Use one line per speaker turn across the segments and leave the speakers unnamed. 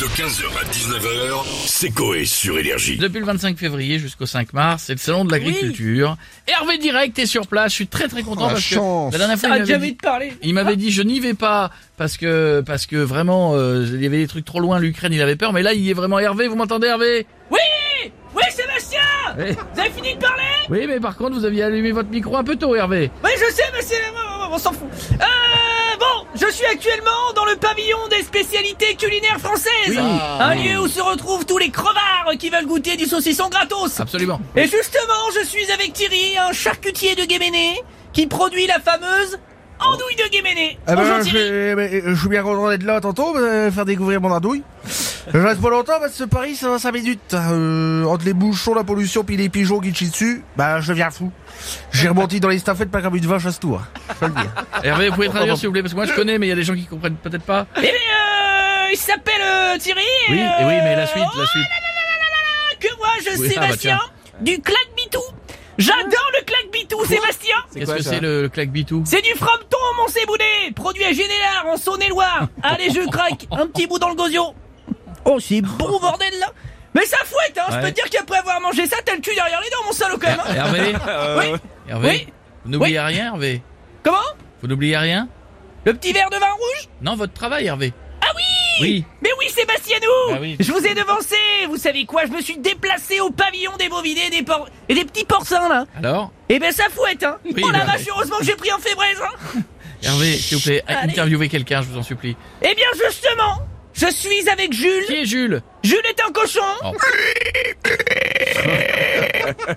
De 15h à 19h, c'est Coé sur Énergie.
Depuis le 25 février jusqu'au 5 mars, c'est le salon de l'agriculture. Hervé Direct est sur place, je suis très très content
Oh, la
parce
chance.
que la Ah, dernière fois il m'avait dit,
parler.
il m'avait dit, je n'y vais pas parce que parce que vraiment euh, il y avait des trucs trop loin l'Ukraine, il avait peur mais là il y est vraiment Hervé, vous m'entendez Hervé
Oui Oui, Sébastien
oui.
Vous avez fini de parler
Oui, mais par contre vous aviez allumé votre micro un peu tôt Hervé.
Oui, je sais, mais c'est... On s'en fout. Euh, bon, je suis actuellement dans le pavillon des spécialités culinaires françaises. Ah.
Oui.
Un lieu où se retrouvent tous les crevards qui veulent goûter du saucisson gratos.
Absolument.
Et justement, je suis avec Thierry, un charcutier de Guéméné, qui produit la fameuse andouille de
Eh
Guéméné.
Ah ben,
Bonjour
je,
Thierry.
vais- mais, euh, je suis bien content d'être là tantôt, euh, faire découvrir mon andouille. je reste pas longtemps parce que Paris ça va 5 minutes. Euh, entre les bouchons, la pollution puis les pigeons qui chient dessus, bah je deviens fou. J'ai rebondi dans les staffettes pas comme une vache à ce tour. hein. Je peux le dire.
Hervé, vous pouvez traduire s'il vous plaît parce que moi je connais mais il y a des gens qui comprennent peut-être pas.
Eh bien, euh, il s'appelle euh, Thierry.
Oui, et oui, mais la
euh,
suite, la suite.
que moi, je
Oui, ah, bah,
Sébastien du claque-bitou. J'adore le claque-bitou, Sébastien.
Qu'est-ce que c'est le, le claque-bitou
C'est du frometon, mon Céboulet, produit à Génélard, en Saône-et-Loire. Allez, je craque, un petit bout dans le gosier. Oh, c'est bon, bordel, là. Mais ça fouette, hein. Je
Ouais.
peux te dire qu'après avoir mangé ça, t'as le cul derrière les dents, mon salaud, quand même. hein.
Hervé,
oui.
Hervé,
Oui.
vous n'oubliez rien Hervé.
Comment
Vous n'oubliez rien
Le petit verre de vin rouge
Non, votre travail Hervé.
Ah oui
Oui.
Mais oui, Sébastianou
Ah oui.
Je vous ai devancé Vous savez quoi Je me suis déplacé au pavillon des bovidés des por- et des petits porcins, là.
Alors
Eh ben, ça fouette, hein.
Oui,
oh la
bah,
vache, heureusement que j'ai pris un fébraise, hein.
Hervé, s'il vous plaît,
Allez.
interviewez quelqu'un, je vous en supplie.
Eh bien justement, je suis avec
Qui
Jules.
est Jules
Jules est un cochon.
Oh.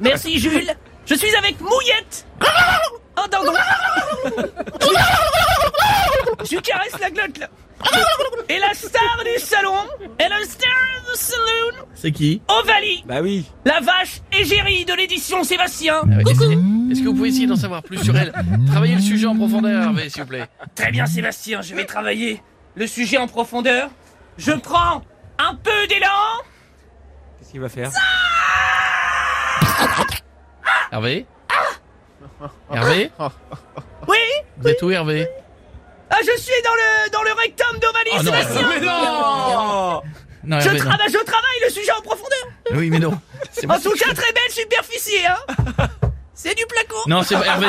Merci Jules. Je suis avec Mouillette. Oh, Un dindon. Je lui caresse la glotte là. Et la star du salon, et la star du saloon,
C'est qui
Ovalie,
Bah oui.
la vache égérie de l'édition Sébastien.
Ah ouais, Est-ce est-ce que vous pouvez essayer d'en savoir plus sur elle Travaillez le sujet en profondeur, Hervé, s'il vous plaît.
Très bien Sébastien, je vais travailler le sujet en profondeur. Je prends un peu d'élan.
Qu'est-ce qu'il va faire
Hervé
Ah
Hervé
Oui
Vous êtes où, Hervé
Ah, je suis dans le, dans le rectum d'Ovalie,
Oh non,
Sébastien
mais
non
Non,
je,
Hervé, non.
tra- bah, je travaille le sujet en profondeur
Oui, mais non. C'est moi
En tout cas, très belle superficie, hein C'est du placo
Non, c'est pas Hervé.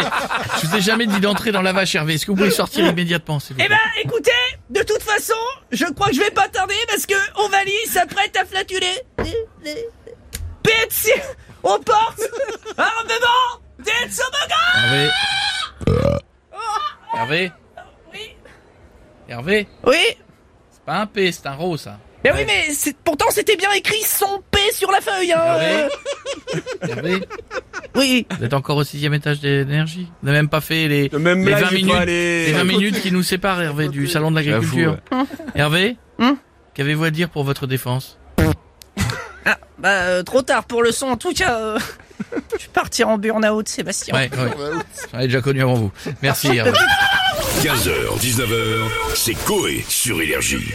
Je vous ai jamais dit d'entrer dans la vache, Hervé. Est-ce que vous pouvez sortir immédiatement, s'il vous
Eh
plaît
ben, écoutez, de toute façon, je crois que je vais pas tarder parce que Ovalie s'apprête à flatuler. Petsy On porte Armement Des toboggan
Hervé Hervé
Oh Oui
Hervé
Oui
C'est pas un P, c'est un rose, ça.
Ben oui, mais c'est- pourtant c'était bien écrit son P sur la feuille, hein
Hervé
euh,
Hervé
Oui
Vous êtes encore au sixième étage d'énergie Vous n'avez même pas fait les,
Le même
les
blague,
20
il faut
minutes,
aller.
les 20 minutes qui nous séparent, Hervé, du salon de l'agriculture. Hervé,
Hum
qu'avez-vous à dire pour votre défense
Ah, bah, euh, trop tard pour le son, en tout cas. euh, je vais partir en burn-out, Sébastien.
Ouais, ouais. J'en ai déjà connu avant vous. Merci, Hervé.
15h, 19h, c'est Coé sur Énergie.